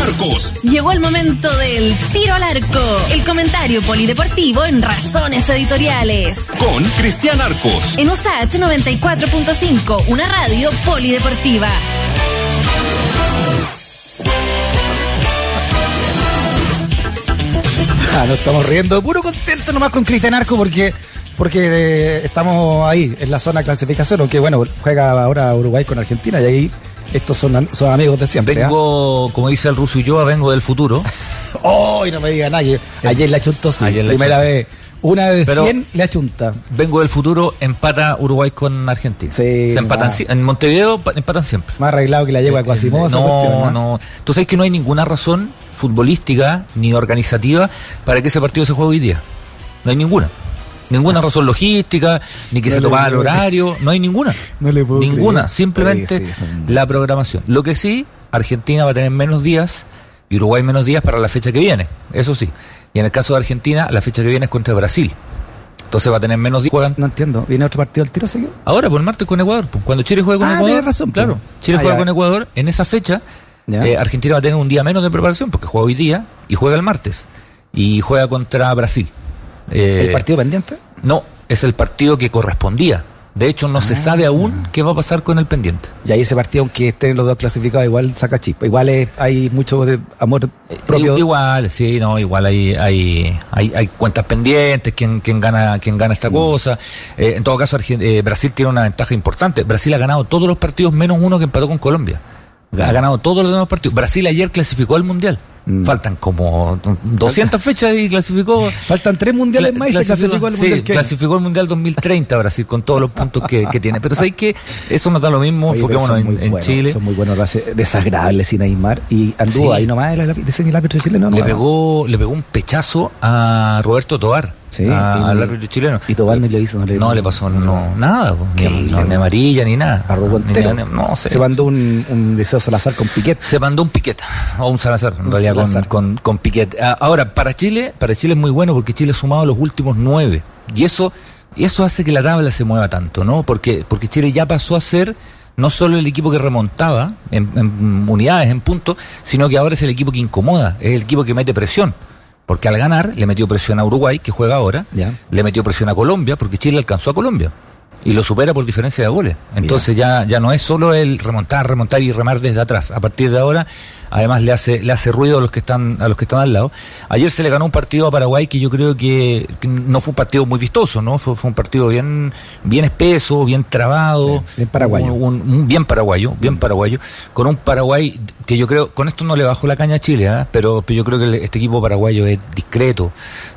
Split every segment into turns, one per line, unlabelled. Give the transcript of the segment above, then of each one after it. Arcos.
Llegó el momento del tiro al arco, el comentario polideportivo en Razones Editoriales.
Con Cristian Arcos.
En USAT 94.5, una radio polideportiva.
Ah, nos estamos riendo, puro contento nomás con Cristian Arco porque porque eh, estamos ahí en la zona de clasificación, aunque bueno, juega ahora Uruguay con Argentina y ahí estos son, son amigos de siempre. ¿eh?
Vengo, como dice el ruso y yo, vengo del futuro.
¡Ay, ¿ah? Oh, no me diga nadie! Ayer la chuntó, sí,
Eh, Ayer la
primera
chuntó.
vez. Una de
Pero-
100 la chunta.
Vengo del futuro, empata Uruguay con Argentina.
Sí,
Se empatan
va.
si- en Montevideo pa- empatan siempre.
Más arreglado que la yegua de Quasimodo, esa
Eh, no,
cuestión, ¿eh?
no, Tú sabes que no hay ninguna razón futbolística ni organizativa para que ese partido se juegue hoy día. No hay ninguna. Ninguna razón logística, ni que
Ah. No
se
le
tomara el
puedo creer.
horario, no hay ninguna.
No le puedo
Ninguna,
creer.
simplemente
Oye, sí, son-
la programación. Lo que sí, Argentina va a tener menos días y Uruguay menos días para la fecha que viene, eso sí. Y en el caso de Argentina, la fecha que viene es contra Brasil. Entonces va a tener menos días. Juegan
No entiendo. ¿Viene otro partido al tiro seguido?
ahora, por el martes con Ecuador. pues. Cuando Chile juega con
Ah,
Ecuador.
tenés razón, pues.
Claro, Chile
Ah,
juega
ya.
con Ecuador en esa fecha.
Ya.
eh, Argentina va a tener un día menos de preparación porque juega hoy día y juega el martes. Y juega contra Brasil. Eh,
¿El partido pendiente?
No, es el partido que correspondía. De hecho,
Ah,
no se sabe aún qué va a pasar con el pendiente.
Y ahí ese partido, aunque estén los dos clasificados, igual saca chispa. Igual es- hay mucho de amor propio.
I- Eh, Igual, sí, no, igual hay, hay, hay, hay cuentas pendientes, quién, quién gana, quién gana
Mm.
esta cosa. Eh, en todo caso, Argen- eh, Brasil tiene una ventaja importante. Brasil ha ganado todos los partidos menos uno que empató con Colombia. Ha ganado todos los demás partidos. Brasil ayer clasificó al Mundial.
Mm.
Faltan como 200 fechas y clasificó.
Faltan tres mundiales
Cla-
más y se clasificó al
sí,
mundial que-
clasificó al Mundial 2030 Brasil con todos los puntos que, que tiene. Pero sabéis que eso no da lo mismo,
Oye, pero
enfoquémonos
son
en,
muy
en
buenos,
Chile.
Son muy buenos, lo hace desagradable sin Aymar. Y anduvo
Sí.
ahí nomás el, el, el árbitro chileno.
Le
nomás.
pegó, le pegó un pechazo a Roberto Tobar,
Sí,
a-
y-
al árbitro chileno.
Y Tobar ni le hizo, no le
No le pasó no, nada, po, ni,
Increíble,
no, ni
¿no?
amarilla ni nada.
Arrugó
Ni
entero.
nada, no sé.
Se mandó un, un deseo Salazar con Piquet.
Se mandó un piquet, o un Salazar, en
Un
realidad, con-
Salazar.
Con, con, piquet. Ah, Ahora, para Chile, para Chile es muy bueno porque Chile ha sumado los últimos nueve. Y eso, y eso hace que la tabla se mueva tanto, ¿no? Porque, porque Chile ya pasó a ser no solo el equipo que remontaba en, en unidades, en puntos, sino que ahora es el equipo que incomoda, es el equipo que mete presión. Porque al ganar le metió presión a Uruguay, que juega ahora,
Ya.
le metió presión a Colombia, porque Chile alcanzó a Colombia. Y lo supera por diferencia de goles. Entonces ya, ya no es solo el remontar, remontar y remar desde atrás. A partir de ahora, además le hace, le hace ruido a los que están, a los que están al lado. Ayer se le ganó un partido a Paraguay que yo creo que, que no fue un partido muy vistoso, ¿no? Fue, fue un partido bien, bien espeso, bien trabado.
Sí, bien paraguayo. Mm.
Un, un- un bien paraguayo, bien paraguayo. Con un Paraguay que yo creo, con esto no le bajo la caña a Chile, ¿ah? pero, pero yo creo que el- este equipo paraguayo es discreto,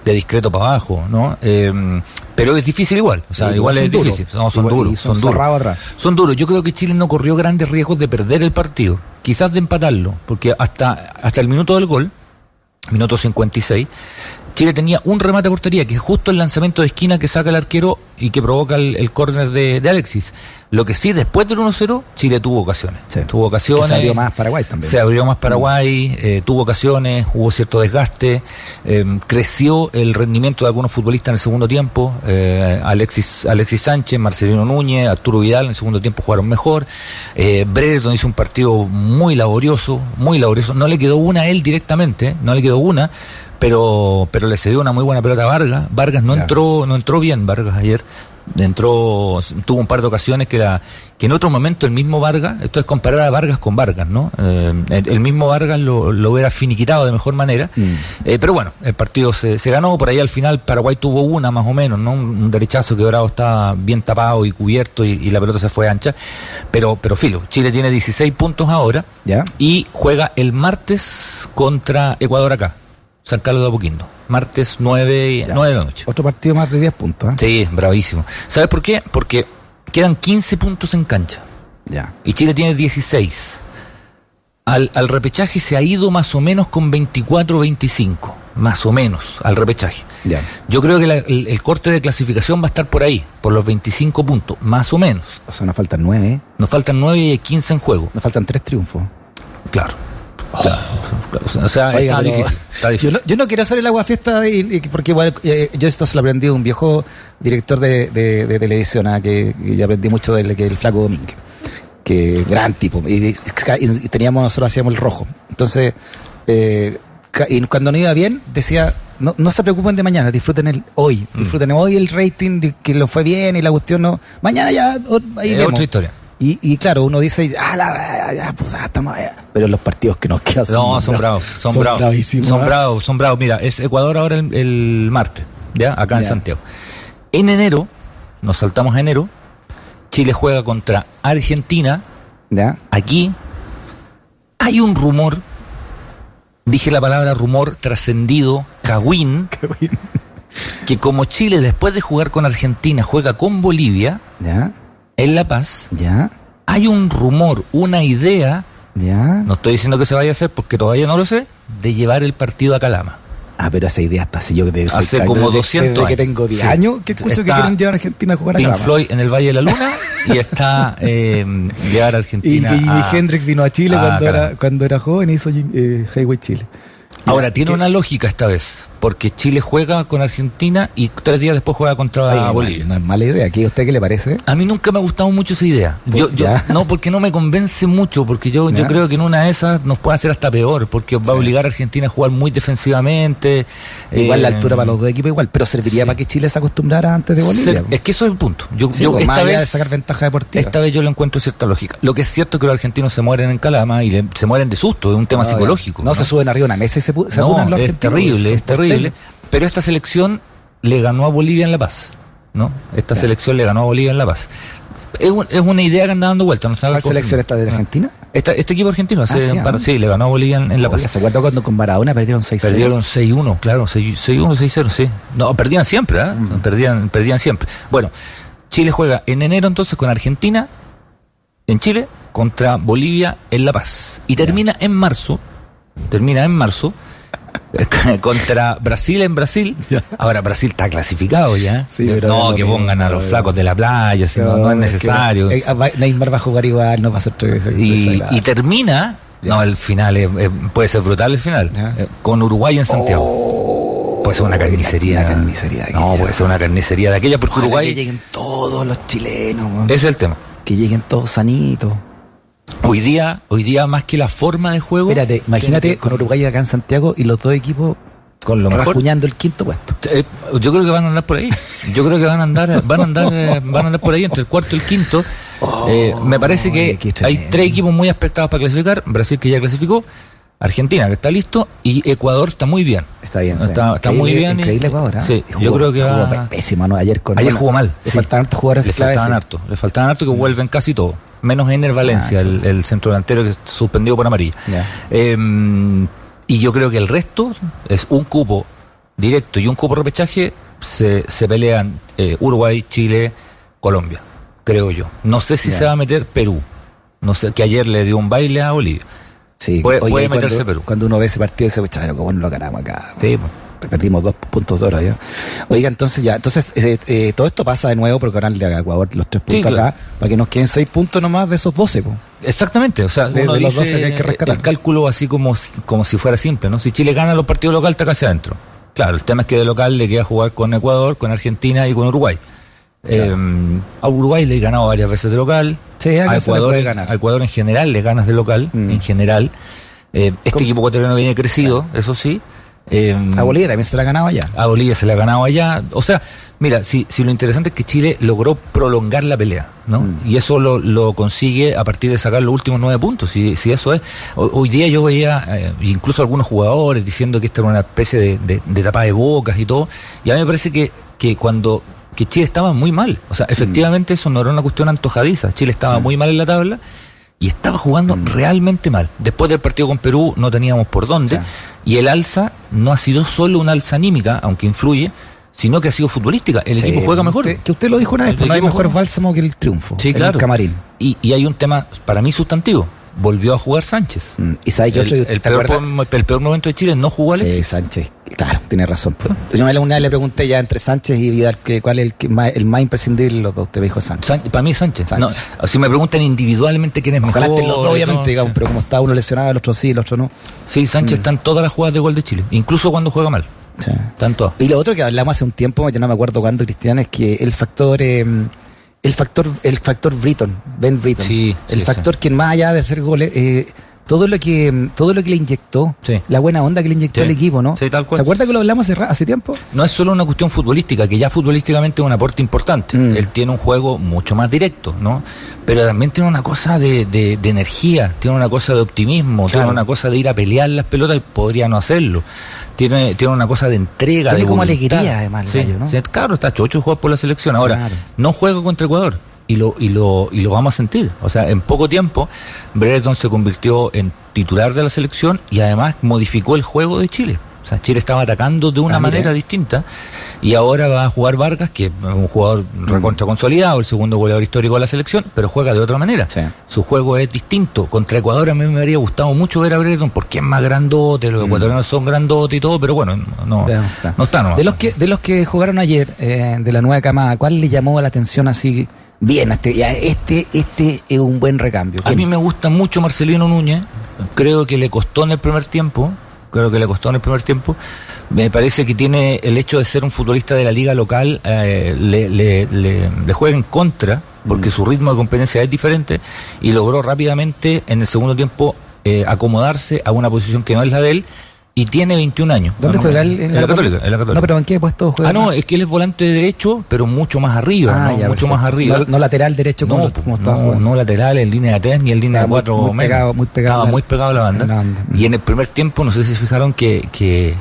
de discreto para abajo, ¿no? Eh, pero es difícil igual, o sea,
Y
igual
son
es
duros.
difícil. No, son
Igual- y
duros,
son
son duros.
cerrados atrás.
Son duros. Yo creo que Chile no corrió grandes riesgos de perder el partido, quizás de empatarlo, porque hasta, hasta el minuto del gol, minuto 56, Chile tenía un remate a portería, que es justo el lanzamiento de esquina que saca el arquero y que provoca el, el córner de, de Alexis. Lo que sí, después del 1-0, Chile tuvo ocasiones.
Sí.
Tuvo ocasiones.
Que se abrió más Paraguay también.
Se abrió más Paraguay, eh, tuvo ocasiones, hubo cierto desgaste, eh, creció el rendimiento de algunos futbolistas en el segundo tiempo. eh, Alexis, Alexis Sánchez, Marcelino Núñez, Arturo Vidal en el segundo tiempo jugaron mejor. Eh, Brereton hizo un partido muy laborioso, muy laborioso. No le quedó una a él directamente, eh, no le quedó una. Pero, pero le cedió una muy buena pelota a Vargas. Vargas no
Ya.
entró, no entró bien Vargas ayer. Entró, tuvo un par de ocasiones que la, que en otro momento el mismo Vargas, esto es comparar a Vargas con Vargas, ¿no? Eh, el, el mismo Vargas lo, lo hubiera finiquitado de mejor manera. Eh, pero bueno, el partido se, se ganó, por ahí al final Paraguay tuvo una más o menos, ¿no? Un, un derechazo que Bravo está bien tapado y cubierto y, y la pelota se fue ancha. Pero, pero filo, Chile tiene 16 puntos ahora
¿Ya?
y juega el martes contra Ecuador acá, San Carlos de Apoquindo. Martes 9,
Ya.
9 de la noche.
Otro partido más de 10 puntos. ¿eh?
Sí, bravísimo. ¿Sabes por qué? Porque quedan 15 puntos en cancha
Ya.
y Chile tiene 16. Al, al repechaje se ha ido más o menos con 24 25, más o menos al repechaje.
Ya.
Yo creo que la- el, el corte de clasificación va a estar por ahí, por los 25 puntos, más o menos.
O sea, nos faltan 9, ¿eh?
Nos faltan 9 y 15 en juego.
Nos faltan 3 triunfos.
Claro. Claro, claro. O sea,
Oiga,
está,
pero-
difícil, está difícil.
Yo no, yo no quiero hacer el agua fiesta de- y- y- porque igual eh, yo esto se lo aprendí de un viejo director de, de- de televisión ah, que, que ya aprendí mucho del que el flaco Domínguez que gran tipo y, de- y teníamos nosotros hacíamos el rojo entonces eh, ca- y cuando no iba bien, decía, no, no se preocupen de mañana, disfruten el hoy,
Mm.
disfruten hoy el rating, de que lo fue bien y la cuestión no, mañana ya, o- ahí
Es
vemos".
otra historia.
Y, y claro, uno dice, ah, la, la- la- pues ah, estamos allá". Pero los partidos que nos quedan
No, son bravos, son bravos.
bravísimos,
Son
¿ah?
bravos, son bravos. Mira, es Ecuador ahora el, el martes, ¿ya? Acá en
Ya.
Santiago. En enero, nos saltamos a enero, Chile juega contra Argentina,
¿Ya?
aquí hay un rumor, dije la palabra rumor trascendido, cagüín, que como Chile después de jugar con Argentina juega con Bolivia,
¿Ya?
en La Paz,
¿Ya?
hay un rumor, una idea,
¿Ya?
no estoy diciendo que se vaya a hacer porque todavía no lo sé, de llevar el partido a Calama.
Ah, pero esa idea está así. Yo de soy
Hace
ca-
como
desde-
200
desde que
años.
tengo 10
Sí.
años que escucho que
Está
quieren llevar a Argentina a jugar a
Pink
Calama.
Floyd en el Valle de la Luna y está eh, llevar a
Y,
Argentina.
y
a-
Hendrix vino a Chile
Ah,
cuando, era,
caramba.
cuando era joven y hizo Jim- eh, Highway Chile.
Ahora tiene
que-
una lógica esta vez, porque Chile juega con Argentina y tres días después juega
Ay,
contra
no,
Ah, Bolivia.
No es mala idea. ¿Aquí a usted qué le parece?
A mí nunca me ha gustado mucho esa idea. Yo, yo-
Pues Ya.
no, porque no me convence mucho, porque yo, yo
Ya.
creo que en una de esas nos puede hacer hasta peor, porque va a
Sí.
obligar a Argentina a jugar muy defensivamente.
Igual la
eh,
altura para los dos equipos igual, pero serviría para que Chile se acostumbrara antes de Bolivia. pues.
se- es que eso es el punto. Yo,
Sí,
yo
pues, más
esta
allá
vez
de sacar ventaja deportiva.
Esta vez yo lo encuentro cierta lógica. Lo que es cierto es que los argentinos se mueren en Calama y le- se mueren de susto, es un tema
No,
psicológico.
Ah, No, se suben arriba de una mesa y se, pu- se
No,
apuran los
es
argentinos,
terrible,
son
es
porteños.
terrible. Pero esta selección le ganó a Bolivia en La Paz, ¿no? Esta
Ya.
selección le ganó a Bolivia en La Paz. Es, un- es una idea que anda dando vuelta. No se haga
¿Cuál selección
confirmar.
está de
No.
Argentina?
Esta- este equipo argentino hace
Ah, sí, Oh,
un par-
¿ah?
sí, le ganó a Bolivia en, en La
Oiga,
Paz.
¿Se acuerda cuando con Maradona perdieron 6
Perdieron 6-1, claro, 6- 6-1, 6-0, sí. No, perdían siempre, ¿ah?
Mm.
Perdían, perdían siempre. Bueno, Chile juega en enero entonces con Argentina, en Chile, contra Bolivia en La Paz. Y termina en marzo, termina en marzo, contra Brasil en Brasil.
Ya.
Ahora Brasil está clasificado ya.
Sí,
De-
pero es
no,
lo
que
mismo,
pongan a
no,
los
es-
flacos de la playa, si no, no es necesario.
Eh, ah, va- Neymar va a jugar igual, no va a ser tres veces
Y,
desagradable.
y termina, no, el final es- es- puede ser brutal el final,
Ya. Oh.
eh, con Uruguay en Santiago. puede ser una carnicería.
una carnicería de
no,
aquella.
puede ser una carnicería de aquella, porque
Ojalá
Uruguay
que lleguen todos los chilenos, weón.
ese es el tema.
que lleguen todos sanitos.
Hoy día, hoy día más que la forma de juego.
Espérate, imagínate
tiene que-
con Uruguay acá en Santiago y los dos equipos
con lo mejor.
rajuñando el quinto puesto.
Eh, yo creo que van a andar por ahí. Yo creo que van a andar, van a andar, eh, van a andar por ahí entre el cuarto y el quinto. Eh, me parece
oye,
que
Oh, qué
hay
tremendo.
tres equipos muy aspectados para clasificar. Brasil que ya clasificó, Argentina que está listo y Ecuador está muy bien.
Está bien, sí.
está, está muy
Increíble-
bien. y-
Increíble Ecuador. ¿eh?
Sí,
Y
yo
jugó-
creo que
jugó
va.
pe- pésimo, ¿no? Ayer con
Ayer
bueno,
jugó mal.
Le
sí.
faltaban hartos jugadores
Le
claves,
faltaban
sí.
harto. Le faltaban harto que vuelven casi todo. Menos Ener Valencia,
Ah,
el, el centro delantero que suspendió por amarilla.
Ya.
Eh, y yo creo que el resto es un cupo directo y un cupo repechaje. Se, se pelean eh, Uruguay, Chile, Colombia, creo yo. No sé si
Ya.
se va a meter Perú. No sé, que ayer le dio un baile a Bolivia.
Sí,
Puede- puede
y cuando-
meterse Perú.
Cuando uno ve ese partido dice, "Pucha, pero cómo no lo ganamos acá.
Sí, pues.
Te Perdimos dos puntos de oro ya. Oiga, entonces ya, entonces eh, eh, todo esto pasa de nuevo porque ahora le a Ecuador los tres
Sí,
puntos
claro.
acá, para que nos queden seis puntos nomás de esos doce. po.
Exactamente, o sea,
De-
uno
de los
dice
12 que hay que rescatar.
el cálculo así como, como si fuera simple, ¿no? Si Chile gana los partidos local, está casi adentro. Claro, el tema es que de local le queda jugar con Ecuador, con Argentina y con Uruguay.
Claro.
Eh, a Uruguay le he ganado varias veces de local.
Sí, acá
a,
se le
Ecuador,
puede ganar.
a Ecuador en general le ganas de local,
Mm.
en general. Eh, este
¿Cómo?
equipo ecuatoriano viene crecido, eso sí. Eh,
A Bolivia también se la ganaba ya.
a Bolivia se la ha ganado allá. O sea, mira, si, si lo interesante es que Chile logró prolongar la pelea, ¿no?
Mm.
Y eso lo, lo consigue a partir de sacar los últimos nueve puntos. Si, si eso es. ho- Hoy día yo veía eh, incluso algunos jugadores diciendo que esta era una especie de, de, de tapada de bocas y todo. Y a mí me parece que, que cuando. que Chile estaba muy mal. O sea, efectivamente eso no era una cuestión antojadiza. Chile estaba
Mm. Sí. Mm.
muy mal en la tabla. Y estaba jugando realmente mal. Después del partido con Perú no teníamos por dónde.
Sí.
Y el alza no ha sido solo una alza anímica, aunque influye, sino que ha sido futbolística. El equipo
Sí,
juega mejor.
usted- que usted lo dijo una vez,
El
pues, no hay
equipo
mejor
juega-
bálsamo que el triunfo.
Sí,
en
claro.
El camarín.
Y, y hay un tema, para mí, sustantivo. Volvió a jugar Sánchez.
Mm, Y sabe que
El,
otro.
el
¿te
peor,
acuerdas?
pom- el peor momento de Chile no jugó Alexis.
Sí, Sánchez. Claro, tiene razón. Yo una vez- una vez le pregunté ya entre Sánchez y Vidal que cuál es el, que más, el más imprescindible de los dos. Te dijo Sánchez.
para mí es Sánchez.
Sánchez.
No, si me preguntan individualmente quién es
Ojalá
mejor.
estén los dos, obviamente,
no,
digamos, Mm.
sí.
pero como está uno lesionado, el otro sí, el otro no.
Sí, Sánchez está en todas las jugadas de gol de Chile, incluso cuando juega mal.
Sí.
Está en todas.
Y lo otro que hablamos hace un tiempo, ya no me acuerdo cuándo, Cristian, es que el factor, eh, el factor, el factor Britton, Ben Britton,
Sí,
el
sí,
factor que más allá de hacer goles, eh, todo lo que todo lo que le inyectó,
Sí.
la buena onda que le inyectó
Sí.
el equipo, ¿no?
Sí, tal cual.
¿Se acuerda que lo hablamos hace, ra- hace tiempo?
No es solo una cuestión futbolística, que ya futbolísticamente es un aporte importante.
Mm.
Él tiene un juego mucho más directo, ¿no? Pero también tiene una cosa de, de- de energía, tiene una cosa de optimismo,
Claro.
tiene una cosa de ir a pelear las pelotas y podría no hacerlo. Tiene, tiene una cosa de entrega,
Tiene
de
como
voluntad.
alegría, además, el
Sí,
gallo, ¿no?
sí, claro, está chocho jugar por la selección. Ahora,
Claro.
no juega contra Ecuador. Y lo, y, lo, y lo vamos a sentir. O sea, en poco tiempo, Brereton se convirtió en titular de la selección y además modificó el juego de Chile. O sea, Chile estaba atacando de una
Ah, mira.
manera distinta y ahora va a jugar Vargas, que es un jugador recontra consolidado, el segundo goleador histórico de la selección, pero juega de otra manera.
Sí.
Su juego es distinto. Contra Ecuador a mí me habría gustado mucho ver a Brereton porque es más grandote, los ecuatorianos son grandotes y todo, pero bueno, no,
Claro,
no,
claro.
está nomás.
De los que de los que jugaron ayer eh, de la nueva camada, ¿cuál le llamó la atención así? Bien, este ya, este este es un buen recambio.
A
¿Quién?
mí me gusta mucho Marcelino Núñez. Creo que le costó en el primer tiempo. Creo que le costó en el primer tiempo. Me parece que tiene el hecho de ser un futbolista de la liga local eh, le, le- le- le juega en contra porque
Mm.
su ritmo de competencia es diferente y logró rápidamente en el segundo tiempo eh, acomodarse a una posición que no es la de él y tiene 21 años.
¿Dónde
No,
juega él?
En la Católica. en la Católica.
No, pero ¿en qué puesto juega?
Ah, no, es que él es volante derecho, pero mucho más arriba,
Ah,
¿no?
ya,
mucho
perfecto.
más arriba
No, no lateral derecho como, lo- como estaba
no,
jugando.
no lateral en línea de tres ni en
Estaba
línea de
muy-
cuatro
muy
o menos.
pegado, muy pegado
Estaba
al-
muy pegado a la banda.
a la banda.
Y en el primer tiempo, no sé si se fijaron que, que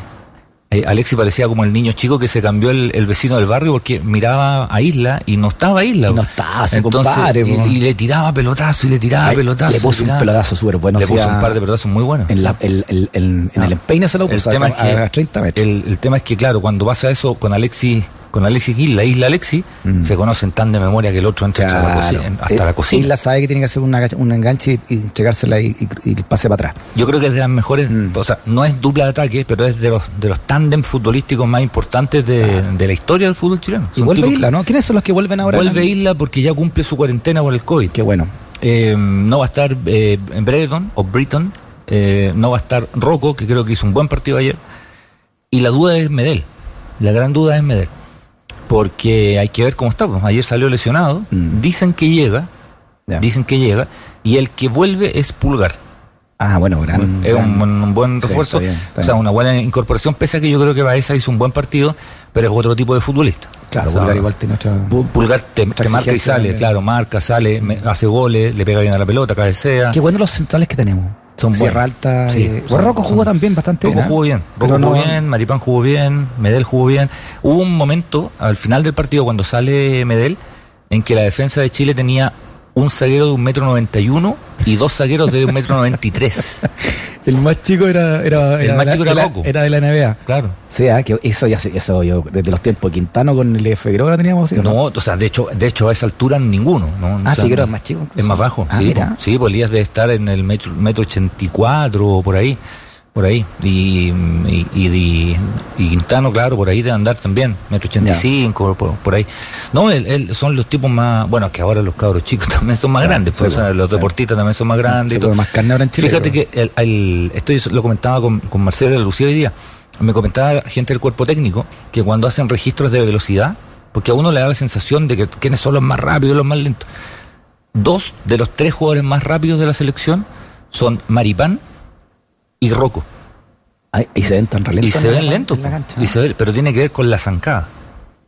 eh, Alexis parecía como el niño chico que se cambió el, el vecino del barrio porque miraba a Isla y no estaba Isla.
Y no estaba su
Entonces,
compadre, po.
y, y le tiraba pelotazo y le tiraba
Ay,
pelotazo.
le puso un
tiraba.
pelotazo súper bueno,
Le
hacía-
puso un par de pelotazos muy buenos.
En, la- el- el- el- en el empeine se lo
El
puso
tema,
a,
es que,
a 30 metros.
El, el tema es que, claro, cuando pasa eso con Alexis, con Alexis Isla, Isla Alexis,
Mm.
se conocen tan de memoria que el otro entra hasta la
Claro.
cocina. Hasta
Eh,
la cocina.
Isla sabe que tiene que hacer una, gacha- un enganche y, y entregársela y, y- y el pase para atrás.
Yo creo que es de las mejores,
Mm.
o sea, no es dupla de ataque, pero es de los de los tándem futbolísticos más importantes de, de la historia del fútbol chileno.
Ah. Y
Son
vuelve
tipos-
Isla, ¿no? ¿Quiénes son los que vuelven ahora?
vuelve Isla porque ya cumple su cuarentena por el COVID.
Qué bueno.
Eh, no va a estar eh, Brereton o Britton, eh, no va a estar Rocco, que creo que hizo un buen partido ayer. Y la duda es Medel, la gran duda es Medel, porque hay que ver cómo está. pues. Ayer salió lesionado,
Mm.
dicen que llega,
Ya.
dicen que llega, y el que vuelve es Pulgar.
Ah, bueno, gran.
Es un,
gran-
buen- un buen
Sí,
refuerzo,
está bien, está
o sea,
bien.
una buena incorporación, pese a que yo creo que Baeza hizo un buen partido, pero es otro tipo de futbolista.
Claro,
O sea,
Bulgar igual tiene otra.
Pu- Pulgar te, te marca y
exigencia
sale,
también. eh.
claro, marca, sale, me- hace goles, le pega bien a la pelota, cabecea.
Qué buenos los centrales que tenemos.
Son
Sierra
buenos.
Alta.
Sí,
eh,
son-
bueno, Rocco jugó
son-
también bastante
Rocco
bien. ¿eh?
jugó bien, ¿ah?
Pero
Rocco
no-
jugó bien, Maripán jugó bien, Medel jugó bien. Hubo un momento al final del partido cuando sale Medel en que la defensa de Chile tenía un zaguero de un metro noventa y uno y dos zagueros de un metro noventa y tres.
El más chico era. era
El
de
más
la-
chico era
de la-
Rocco.
Era de la NBA.
Claro.
Sí, ah, que eso ya sé, eso yo, desde los tiempos de Quintano con el de Figueroa la teníamos, ¿sí este, o
No, o sea, de hecho, de hecho a esa altura ninguno. No,
Ah,
O sea,
Figueroa es más chico, incluso.
Es más bajo,
Ah,
sí.
mira.
po. Sí, pues Elías debe estar en el metro, metro 84 o por ahí. Por ahí. Y, y, y- y Quintano, claro, por ahí debe andar también. Metro 85, por, por ahí. No, él- él- son los tipos más. Bueno, es que ahora los cabros chicos también son más
Claro,
grandes. pues,
sí,
o sea,
pues,
los
sí.
deportistas también son más grandes.
Se
y todo.
come más carne ahora en Chile,
Fíjate
creo.
que el, el- esto yo lo comentaba con, con Marcelo Lucía hoy día. Me comentaba gente del cuerpo técnico que cuando hacen registros de velocidad, porque a uno le da la sensación de que quiénes son los más rápidos, los más lentos. Dos de los tres jugadores más rápidos de la selección son Maripán y Rocco.
Ay, y se ven tan lentos.
Y se
en la-
ven lentos,
en la
po.
cancha.
y se ve- pero tiene que ver con la zancada.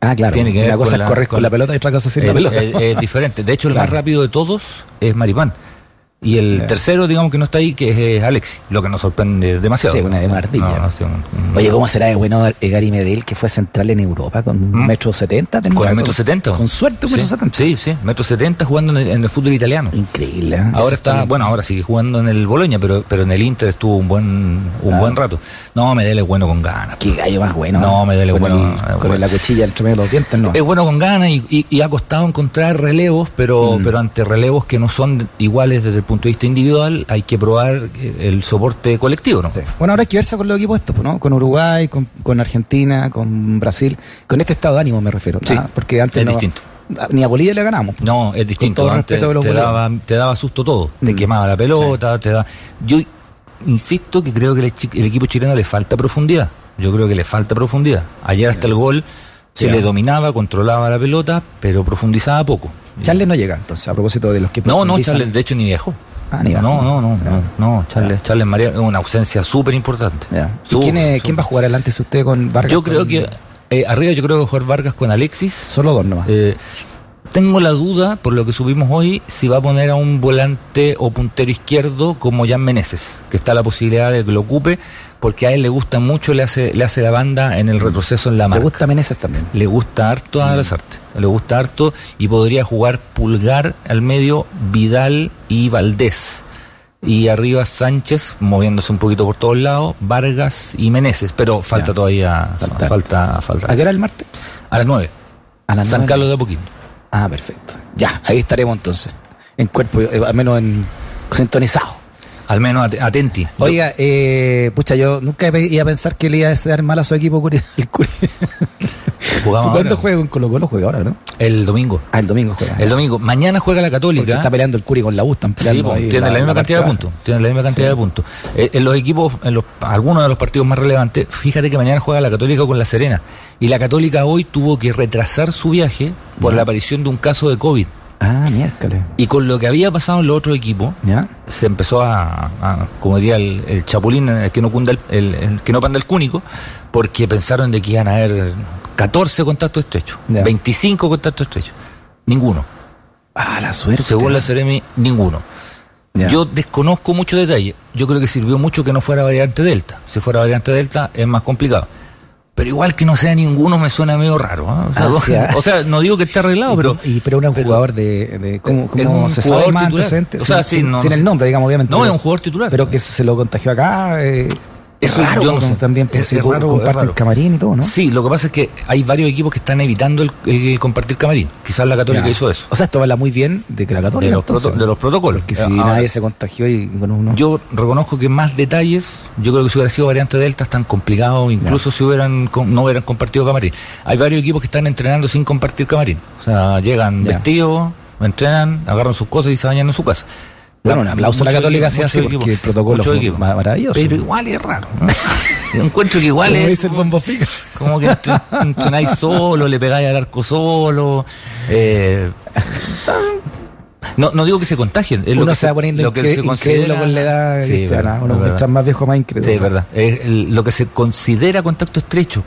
Ah, claro.
Tiene que ver
una cosa
con
es
la-
correr con,
con-
la pelota y otra cosa es sin
Es
la pelota.
diferente. De hecho, el
Claro.
más rápido de todos es Maripán. Y el tercero, digamos que no está ahí, que es eh, Alexis, lo que nos sorprende demasiado.
Sí, una- una ardilla.
No, no, sí, un- un-
Oye, ¿cómo será de bueno eh, Gary Medel que fue central en Europa con
¿Mm?
metro setenta?
Con el metro 70.
Con suerte pues, un
sí,
metro setenta.
Sí, sí, metro 70 jugando en el, en el fútbol italiano.
Increíble. ¿eh? Esa
Ahora está,
historia.
bueno, ahora sigue jugando en el Boloña, pero, pero en el Inter estuvo un buen, un
Ah.
buen rato. No, Medel es bueno con ganas.
Qué gallo más bueno. ¿eh?
No, Medel es
Con
bueno,
el-
es
Con
bueno.
la cuchilla entre medio de los dientes, no.
Es bueno con ganas y, y- y ha costado encontrar relevos, pero,
Mm.
pero ante relevos que no son iguales desde el punto de vista individual, hay que probar eh, el soporte colectivo, ¿no?
Bueno, ahora hay que verse con los equipos estos, pues, ¿no? Con Uruguay, con, con Argentina, con Brasil. Con este estado de ánimo me refiero.
Sí,
¿ah? Porque antes
es
no- Ah,
distinto.
Ni a Bolivia le ganamos. pues.
No, es distinto.
todo
Antes
respeto a
te,
los goleos.
daba, te daba susto todo. Te
Mm.
quemaba la pelota, te da. Yo insisto que creo que el, chi- el equipo chileno le falta profundidad. Yo creo que le falta profundidad. Ayer hasta el gol
Sí,
se le
¿no?
dominaba, controlaba la pelota, pero profundizaba poco.
Charles no llega, entonces, a propósito de los que
No, no,
profundizan. Ah,
Charles, de hecho ni viajó.
Aníbal.
No, no, no, no, no, Charles, Charles María es una ausencia súper importante.
Ya. ¿Y
Súper,
quién, es-
súper.
quién va a jugar adelante si usted con Vargas?
Yo creo
con-
que eh, arriba yo creo que va a jugar Vargas con Alexis.
Solo dos nomás.
Eh, tengo la duda, por lo que subimos hoy, si va a poner a un volante o puntero izquierdo como Jan Meneses, que está la posibilidad de que lo ocupe, porque a él le gusta mucho, le hace, le hace la banda en el retroceso en la
Me
marca.
gusta Mm. Meneses también.
Le gusta harto a las artes, le gusta harto y podría jugar Pulgar al medio, Vidal y Valdés. Y arriba Sánchez, moviéndose un poquito por todos lados, Vargas y Meneses, pero falta
Ya.
todavía,
Falta.
falta, falta.
¿A qué hora el martes?
A las nueve.
A las
San
nueve.
Carlos de Apoquindo.
Ah, perfecto. Ya, ahí estaremos entonces. En cuerpo, eh, al menos en sintonizado.
Al menos at- atenti.
Oiga, eh, pucha, yo nunca pe- iba a pensar que le iba a desear mal a su equipo Curi. El Curi.
Jugamos
¿Cuándo
ahora.
juega con Colo Colo? Juega ahora, ¿no?
El domingo.
Ah, el domingo juega.
El domingo. Mañana juega la
Porque
Católica.
está peleando el Curi con la U, están
Sí,
peleando
po,
ahí
tiene la, misma
parte
cantidad de
baja.
puntos. Tiene la misma cantidad
Sí.
de puntos. Eh, en los equipos, en los, algunos de los partidos más relevantes, fíjate que mañana juega la Católica con la Serena. Y la Católica hoy tuvo que retrasar su viaje por
Ya.
la aparición de un caso de COVID.
Ah, miércoles.
Y con lo que había pasado en los otros equipos,
¿Ya?
se empezó a, a- como diría el, el chapulín, el que no cunda el, el- el que no panda el cúnico, porque pensaron de que iban a haber 14 contactos estrechos,
Ya.
25 contactos estrechos. Ninguno.
Ah, la suerte.
Según la Ceremi, ninguno.
Ya.
Yo desconozco muchos detalles. Yo creo que sirvió mucho que no fuera variante Delta. Si fuera variante Delta es más complicado. Pero igual que no sea ninguno me suena medio raro. ¿eh? O, sea,
Ah,
vos-
sí, ah.
o sea, no digo que esté arreglado,
Y-
pero...
y, pero era un jugador de, de- ¿cómo, cómo
Era un
se sabe
jugador
más
titular.
antecedentes?
O sea,
sin,
sí,
sin-
no,
sin
no
el
sé.
nombre, digamos, obviamente.
No, es un jugador titular.
Pero que se lo contagió acá. eh,
Eso
es raro,
yo no
porque
sé.
también pues,
Es-
si
es raro, es
comparten
raro.
camarín y todo, ¿no?
Sí, lo que pasa es que hay varios equipos que están evitando el, el compartir camarín. Quizás la Católica
Ya.
hizo eso.
O sea, esto habla muy bien de que la Católica,
De los,
entonces,
proto- de los protocolos.
que si
Ah,
nadie se contagió y bueno, uno...
Yo reconozco que más detalles, yo creo que si hubiera sido variante Delta es tan complicado, incluso si hubieran com- no hubieran compartido camarín. Hay varios equipos que están entrenando sin compartir camarín. O sea, llegan
Ya.
vestidos, entrenan, agarran sus cosas y se bañan en su casa.
Bueno, un aplauso a la
Muchos
Católica
equipos,
si hace,
muchos
porque
equipos,
el protocolo
muchos
fue
equipos.
ma- maravilloso.
Pero igual es raro. ¿no? Yo encuentro que igual
Como
es
dice el Bombo Fica.
como que entre- entrenáis solo, le pegáis al arco solo. eh, no, no digo que se contagien. Es lo
uno
que
se va poniendo
lo que se
incre- incrédulo
considera-
con la edad,
Sí,
¿viste?
verdad,
uno
es
mientras
verdad.
más viejo más incrédulo.
Sí, es verdad. Es el- lo que se considera contacto estrecho.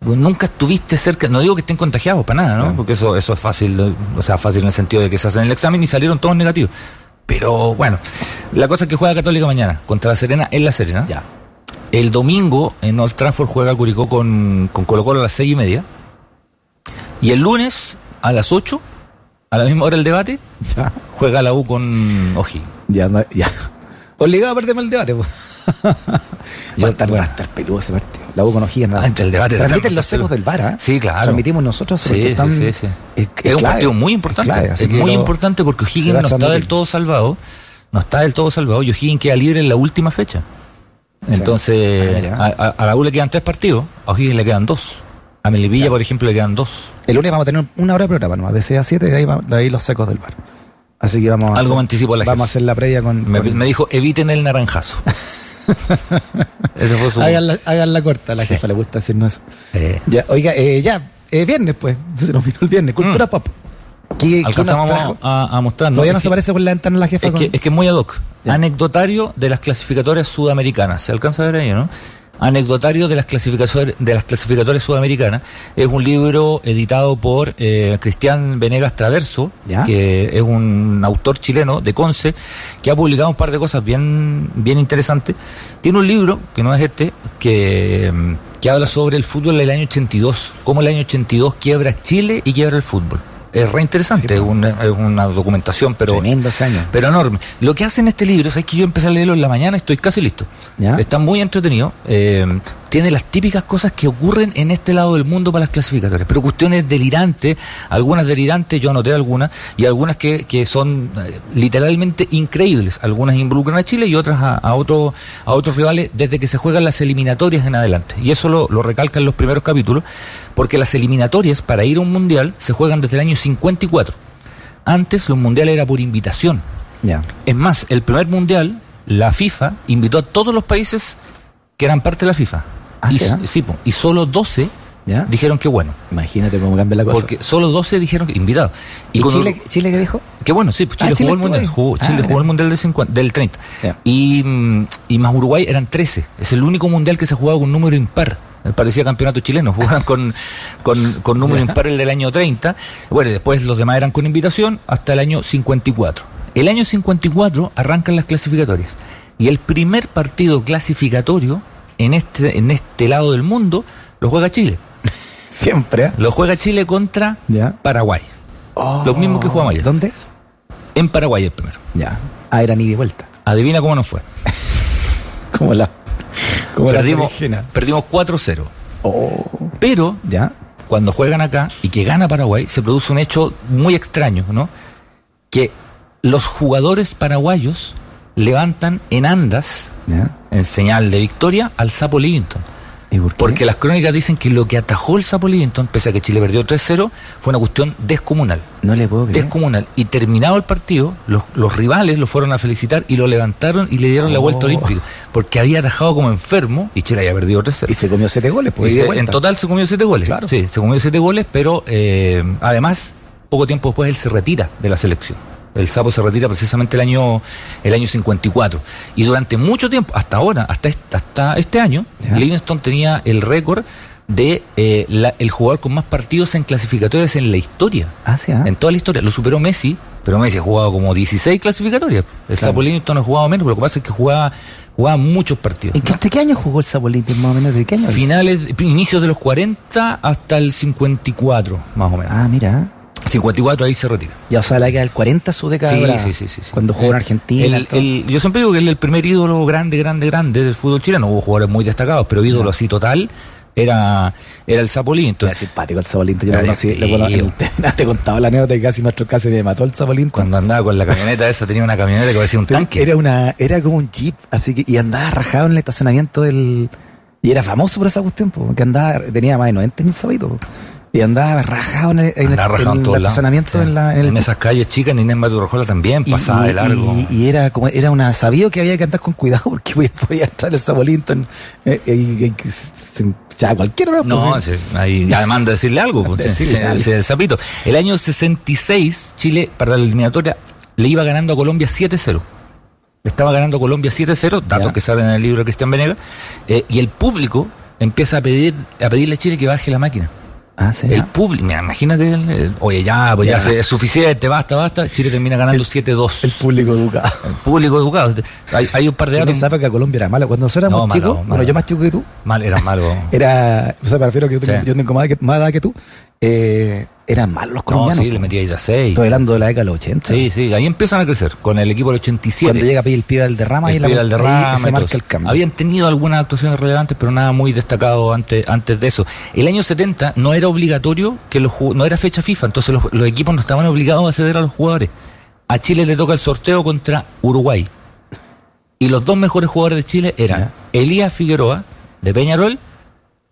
Vos Nunca estuviste cerca, no digo que estén contagiados para nada, ¿no? Porque eso, eso es fácil, o sea, fácil en el sentido de que se hacen el examen y salieron todos negativos. Pero bueno, la cosa es que juega Católica mañana contra la Serena en la Serena.
Ya.
El domingo en Old Trafford juega Curicó con, con Colo Colo a las seis y media. Y el lunes a las 8, a la misma hora del debate,
Ya.
juega la U con O'Higgins.
Ya, no- ya. Obligado a perderme el debate, pues.
Yo-
Va a estar,
bueno.
va a estar peludo ese partido. La U con O'Higgins. ¿no?
Ah, entre el debate de
Transmiten
tanto,
los secos del VAR, ¿ah?
Sí, claro.
Transmitimos nosotros.
Sí,
porque
sí,
están-
sí, sí.
Es,
Es,
es clave,
un partido muy
es
importante.
clave,
es
así que
muy
lo-
importante porque
se
O'Higgins
va a
no está
transmitir.
del todo salvado. No está del todo salvado. Y O'Higgins queda libre en la última fecha.
Sí. Ah,
Entonces,
mira.
a, a- a la U le quedan tres partidos. A O'Higgins le quedan dos. A Melipilla, por ejemplo, le quedan dos.
El lunes vamos a tener una hora de programa, ¿no? De 6 a 7, de ahí, va- de ahí los secos del VAR. Así que vamos a
Algo
hacer-
me anticipo a la
Vamos a hacer la previa con.
Me,
con-
me dijo, eviten el naranjazo. Ese fue su.
Hagan la, hagan la corta, a la jefa le gusta decirnos eso.
Eh,
Ya, oiga, eh, ya, eh, viernes pues, se nos vino el viernes, cultura pop. ¿Qué, qué nos
Mm. alcanzamos
trajo?
a, a mostrar. ¿no?
Todavía
Es
no se
que-
aparece por la ventana la jefa.
Es que,
con-
es que es muy ad hoc.
Ya.
Anecdotario de las clasificatorias sudamericanas. Se alcanza a ver ahí, ¿no? Anecdotario de las clasificatorias, de las clasificatorias sudamericanas. Es un libro editado por eh, Cristian Venegas Traverso,
Ya.
que es un autor chileno de Conce, que ha publicado un par de cosas bien, bien interesantes. Tiene un libro, que no es este, que, mm, que habla sobre el fútbol del año 82. Cómo el año 82 quiebra Chile y quiebra el fútbol. Es re interesante,
pues.
es una, es una documentación, pero
Tremendo ese año.
pero enorme. Lo que hace en este libro, es que yo empecé a leerlo en la mañana y estoy casi listo.
¿Ya?
Está muy entretenido. eh, tiene las típicas cosas que ocurren en este lado del mundo para las clasificatorias. Pero cuestiones delirantes, algunas delirantes, yo anoté algunas, y algunas que, que son eh, literalmente increíbles. Algunas involucran a Chile y otras a, a, otro- a otros rivales desde que se juegan las eliminatorias en adelante. Y eso lo, lo recalca en los primeros capítulos, porque las eliminatorias para ir a un mundial se juegan desde el año 54. Antes los mundiales era por invitación.
Ya.
Es más, el primer mundial, la FIFA invitó a todos los países que eran parte de la FIFA.
Ah,
y,
¿sí, ah?
sí, po, y solo 12
¿Ya?
dijeron que bueno.
Imagínate cómo cambia la cosa.
Porque solo 12 dijeron que invitados.
¿Y,
cuando-
Chile, Chile qué dijo?
Que bueno, sí, pues Chile,
Ah, Chile
jugó el mundial,
estuvo ahí.
jugó-
Ah,
Chile
mira.
jugó el mundial del, 50 del 30.
Ya.
Y, mm, y más Uruguay eran 13. Es el único mundial que se ha jugado con número impar. Eh, Parecía campeonato chileno, jugaban con, con, con número impar el del año 30. Bueno, y después los demás eran con invitación hasta el año 54. El año 54 arrancan las clasificatorias. Y el primer partido clasificatorio en este, en este lado del mundo lo juega Chile.
Siempre. ¿eh?
Lo juega Chile contra
Ya.
Paraguay. Lo mismo que jugamos ayer.
¿Dónde?
En Paraguay el primero.
Ya. Ah, eran ida y vuelta.
Adivina cómo nos fue.
Como la. Como
Perdimos,
la
perdimos 4-0.
Oh.
Pero
Ya.
cuando juegan acá y que gana Paraguay, se produce un hecho muy extraño, ¿no? Que los jugadores paraguayos levantan en andas,
Ya.
en señal de victoria, al Sapo Livington.
¿Y por qué?
Porque las crónicas dicen que lo que atajó el Sapo Livington, pese a que Chile perdió 3-0, fue una cuestión descomunal.
no le puedo creer.
Descomunal. Y terminado el partido, los, los rivales lo fueron a felicitar y lo levantaron y le dieron la
Oh.
vuelta olímpica. Porque había atajado como enfermo y Chile había perdido 3-0.
Y se comió siete goles. Pues,
Y
ida y
se-
vuelta.
en total se comió siete goles.
Claro.
Sí, se comió siete goles, pero eh, además, poco tiempo después él se retira de la selección. El sapo se retira precisamente el año, el año 54. Y durante mucho tiempo, hasta ahora, hasta este, hasta este año,
Ya.
Livingston tenía el récord de eh, la- el jugador con más partidos en clasificatorias en la historia.
Ah, sí, ah.
En toda la historia. Lo superó Messi, pero Messi ha jugado como 16 clasificatorias. El
Claro.
sapo Livingston ha jugado menos, pero lo que pasa es que jugaba, jugaba muchos partidos.
¿En qué, usted qué año jugó el Sapolite más o menos? ¿De qué año? es?
Finales, inicios de los 40 hasta el 54, más o menos.
Ah, mira.
54 ahí se retira.
Ya, o sea, la que del 40 su década.
Sí,
dorada,
sí, sí, sí, sí.
Cuando jugó en
Eh,
Argentina.
el-
todo.
el- yo siempre digo que él es el primer ídolo grande, grande, grande del fútbol chileno. Hubo jugadores muy destacados, pero ídolo así total era, era el Zapolín.
Era simpático el Sabolín, yo lo
Ay,
conocí, lo
tío.
conocí- te he contado la anécdota que casi nuestro caso me mató el Sabolín
cuando andaba con la camioneta esa, tenía una camioneta que parecía un tanque.
Era una, era como un jeep, así que, y andaba rajado en el estacionamiento del. Y era famoso por esa cuestión, po, que andaba, tenía más de 90 años el Sabolito, po. Y andaba rajado en el, en el-
Andaba rajado en
en el
todos lados.
estacionamiento
Sí.
en, la, en el
En
jeep.
esas calles chicas, en Inés Maturrojola también,
Y-
pasaba
y,
de largo.
Y, y era como, era una, sabido que había que andar con cuidado porque podía, podía entrar el Sabolinton. eh, eh, y- y- y- se- o sea, cualquiera, ¿no?
No,
Pues, eh,
se- ahí, además de decirle algo, pues,
Decirle
se-
algo.
se- se- sapito. El año 66, Chile, para la eliminatoria, le iba ganando a Colombia 7-0. Le estaba ganando a Colombia 7-0, datos
Ya.
que salen en el libro de Cristian Venegas, eh, y el público empieza a pedir a pedirle a Chile que baje la máquina.
Ah, sí.
El
ah.
público, mira, imagínate, el- el- oye, ya, pues ya,
Ya.
se- es suficiente, basta, basta. Chile termina ganando 7-2.
El
El,
público educado.
público educado. Hay, hay un par de
Yo
datos.
pensaba que Colombia era mala. Cuando nosotros éramos
No, malo,
chicos, bueno,
malo.
yo más chico que tú,
Mal, era malo.
era, o sea, me refiero que yo tengo,
Sí.
yo tengo más, edad que, más edad que tú, eh, eran malos los
No,
colombianos.
sí, le metía ahí a 6.
Estoy hablando de la década de los 80.
Sí, sí, ahí empiezan a crecer con el equipo del 87.
Cuando llega a pedir el pibe del derrama y
El Pibe Valderrama
se
y todo
marca
eso.
el cambio.
Habían tenido algunas actuaciones relevantes, pero nada muy destacado antes, antes de eso. El año 70 no era obligatorio que los jug- no era fecha FIFA, entonces los, los equipos no estaban obligados a ceder a los jugadores. A Chile le toca el sorteo contra Uruguay. Y los dos mejores jugadores de Chile eran Elías Figueroa de Peñarol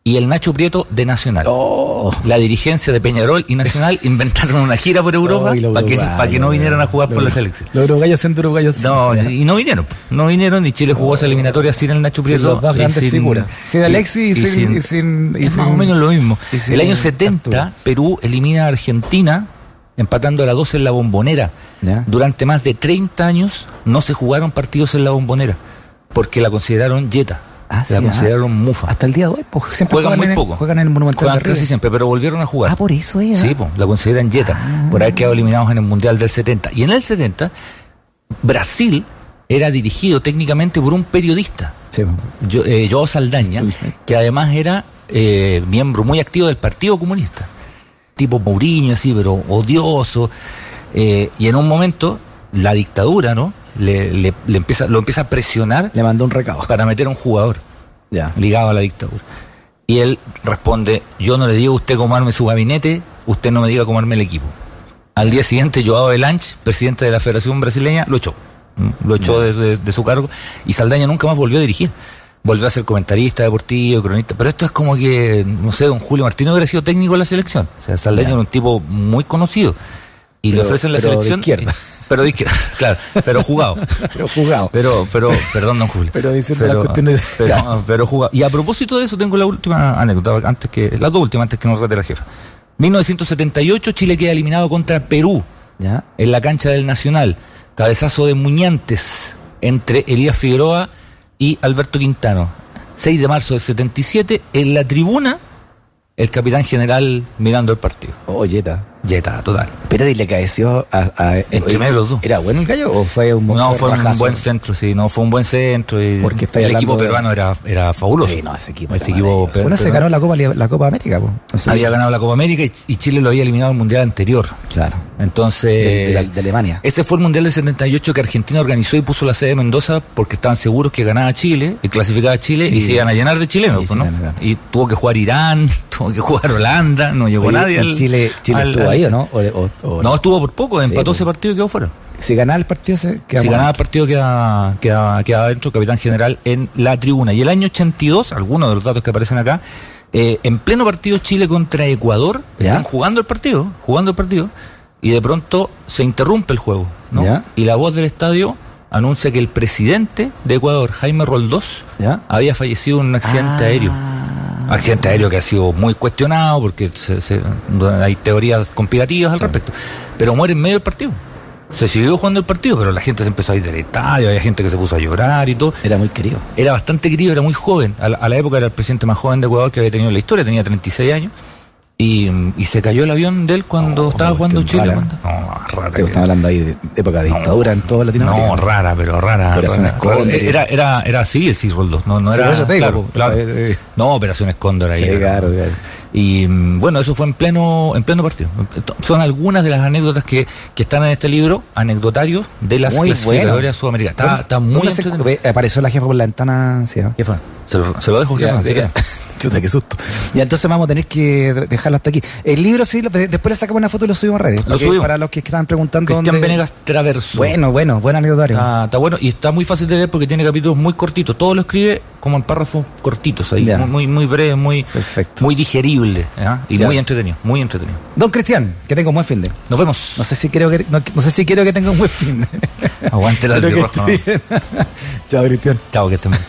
y el Nacho Prieto de Nacional.
Oh,
La dirigencia de Peñarol y Nacional inventaron una gira por Europa
Ay, oh, los
para que,
uruguayos,
pa' que no vinieran a jugar por
los-
la selección.
Los uruguayos siendo uruguayos.
No,
siempre.
y no vinieron. No vinieron y Chile jugó esa eliminatoria sin el Nacho Prieto.
Sin los dos
y
grandes
sin-
figuras. Sin Alexis y sin- y sin- y
es más
sin-
o menos lo mismo.
y sin
El año 70,
Arturo.
Perú elimina a Argentina empatando a la 12 en la bombonera.
Ya.
Durante más de 30 años no se jugaron partidos en la bombonera porque la consideraron yeta.
Ah, sí,
la
ah.
consideraron mufa.
Hasta el día de hoy, pues, siempre
Juegan muy
en el-
poco.
Juegan en el Monumental
Juegan
de River.
casi siempre, pero volvieron a jugar.
Ah, por eso es.
Sí, po, la consideran yeta, por haber quedado eliminados en el Mundial del 70. Y en el 70, Brasil era dirigido técnicamente por un periodista,
Sí, po.
yo, eh, Joao Saldaña,
Saldaña.
que además era eh, miembro muy activo del Partido Comunista. Tipo Mourinho, así, pero odioso. Eh, y en un momento, la dictadura, ¿no? Le, le- le empieza, lo empieza a presionar
Le mandó un recado.
para meter a un jugador
Ya.
ligado a la dictadura. Y él responde, yo no le digo a usted cómo arme su gabinete, usted no me diga cómo arme el equipo. Al día siguiente, Joao Belanch, presidente de la Federación Brasileña, lo echó. ¿m? Lo echó de, de- de su cargo y Saldaña nunca más volvió a dirigir. Volvió a ser comentarista deportivo, cronista. Pero esto es como que, no sé, don Julio Martínez hubiera sido técnico de la selección. O sea, Saldaña
Ya.
era un tipo muy conocido. y le
Pero-
ofrecen la
pero de
selección. eh,
izquierda.
Pero de izquierda, claro, pero jugado.
Pero jugado.
Pero, pero, perdón, don Julio.
Pero diciendo las cuestiones de-
Pero, pero jugado. Y a propósito de eso, tengo la última anécdota, antes que, la dos últimas, antes que nos rete la jefa. 1978, Chile queda eliminado contra Perú
¿Ya?
en la cancha del Nacional. Cabezazo de Muñantes entre Elías Figueroa y Alberto Quintano. 6 de marzo del 77, en la tribuna, el capitán general mirando el partido.
Oyeta.
Yeta, total.
Pero y le caeció a. a- eh,
Entre medio de los dos.
¿Era bueno el gallo o fue un
No, fue un
rajazo?
buen centro, sí, no, fue un buen centro. Y
Porque estáis
el equipo
hablando de-
peruano era, era fabuloso.
Sí, no, ese equipo.
Ese
era
equipo
maravilloso.
pe-
bueno, se
peruano.
ganó la Copa, Li- la Copa América, po. O sea,
Había ganado la Copa América y, y Chile lo había eliminado en el mundial anterior.
Claro. Eh,
Entonces.
De, de- de Alemania.
Ese fue el Mundial del 78 que Argentina organizó y puso la sede de Mendoza porque estaban seguros que ganaba Chile y clasificaba a Chile y,
Y-
se iban a llenar de chilenos,
y
pues,
se
¿no?
iban a ganar.
Y tuvo que jugar Irán, tuvo que jugar Holanda, no llegó
Oye,
nadie.
y
al-
Chile, Chile
al-
estuvo
al-
ahí, ¿o no? O- o- o-
No, estuvo por poco,
Sí,
empató
pues.
ese partido y quedó fuera.
Si ganaba el partido, se quedaba.
si ganaba el partido quedaba, quedaba, quedaba adentro capitán general en la tribuna. Y el año 82, algunos de los datos que aparecen acá, eh, en pleno partido Chile contra Ecuador,
¿Ya?
están jugando el partido, jugando el partido, y de pronto se interrumpe el juego, ¿no?
¿Ya?
Y la voz del estadio anuncia que el presidente de Ecuador, Jaime Roldós,
¿Ya? Ah.
había fallecido en un accidente aéreo. Accidente aéreo que ha sido muy cuestionado porque se- se- hay teorías conspirativas al respecto. Pero muere en medio del partido. Se siguió jugando el partido, pero la gente se empezó a ir del estadio, había gente que se puso a llorar y todo.
Era muy querido.
Era bastante querido, era muy joven. A la, a la época era el presidente más joven de Ecuador que había tenido en la historia, tenía 36 años. Y, y se cayó el avión de él cuando
Oh,
estaba jugando
cuestión
Chile.
rara. Este
No, rara
Te
que-
estaba hablando ahí de época de dictadura en toda Latinoamérica.
no, rara, pero rara.
Operación
rara.
Escóndor.
Era, era, era civil, sí, Roldós. No, no
Sí,
era.
por eso te digo,
claro,
po.
claro.
Eh, eh.
No, Operación Escóndor ahí.
Sí,
pero-
claro, claro.
Y mm, bueno, eso fue en pleno, en pleno partido. Son algunas de las anécdotas que, que están en este libro, anecdotarios de las
Muy
clasificadoras
bueno.
sudamericanas. Está,
¿Dónde-
está muy
dónde se-
entretenido.
ve, Apareció la jefa por la ventana. Sí, ¿ah? ¿no?
Jefa, se lo, se lo dejo,
Ya,
jefa, se
ya.
queda.
Chuta, qué susto. Y entonces vamos a tener que de- dejarlo hasta aquí. El libro sí, lo- de- después le sacamos una foto y lo subimos a redes.
Lo
Porque
subimos.
Para los que estaban preguntando
Cristian
dónde-
Venegas Ah. Traverso.
Bueno, bueno, buen anecdotario.
Está, está bueno y está muy fácil de leer porque tiene capítulos muy cortitos. Todo lo escribe como en párrafos cortitos, ahí,
Ya.
muy, muy, muy breves, muy,
Perfecto.
muy digerible ¿ya? y
Ya.
muy entretenido, muy entretenido.
Don Cristian, que tenga un buen fin de.
Nos vemos.
No sé si creo que no, no sé si quiero que tenga un buen fin de.
Aguante la
Espero que
albirroja.
esté bien. Chao, Cristian.
Chao, que estén bien.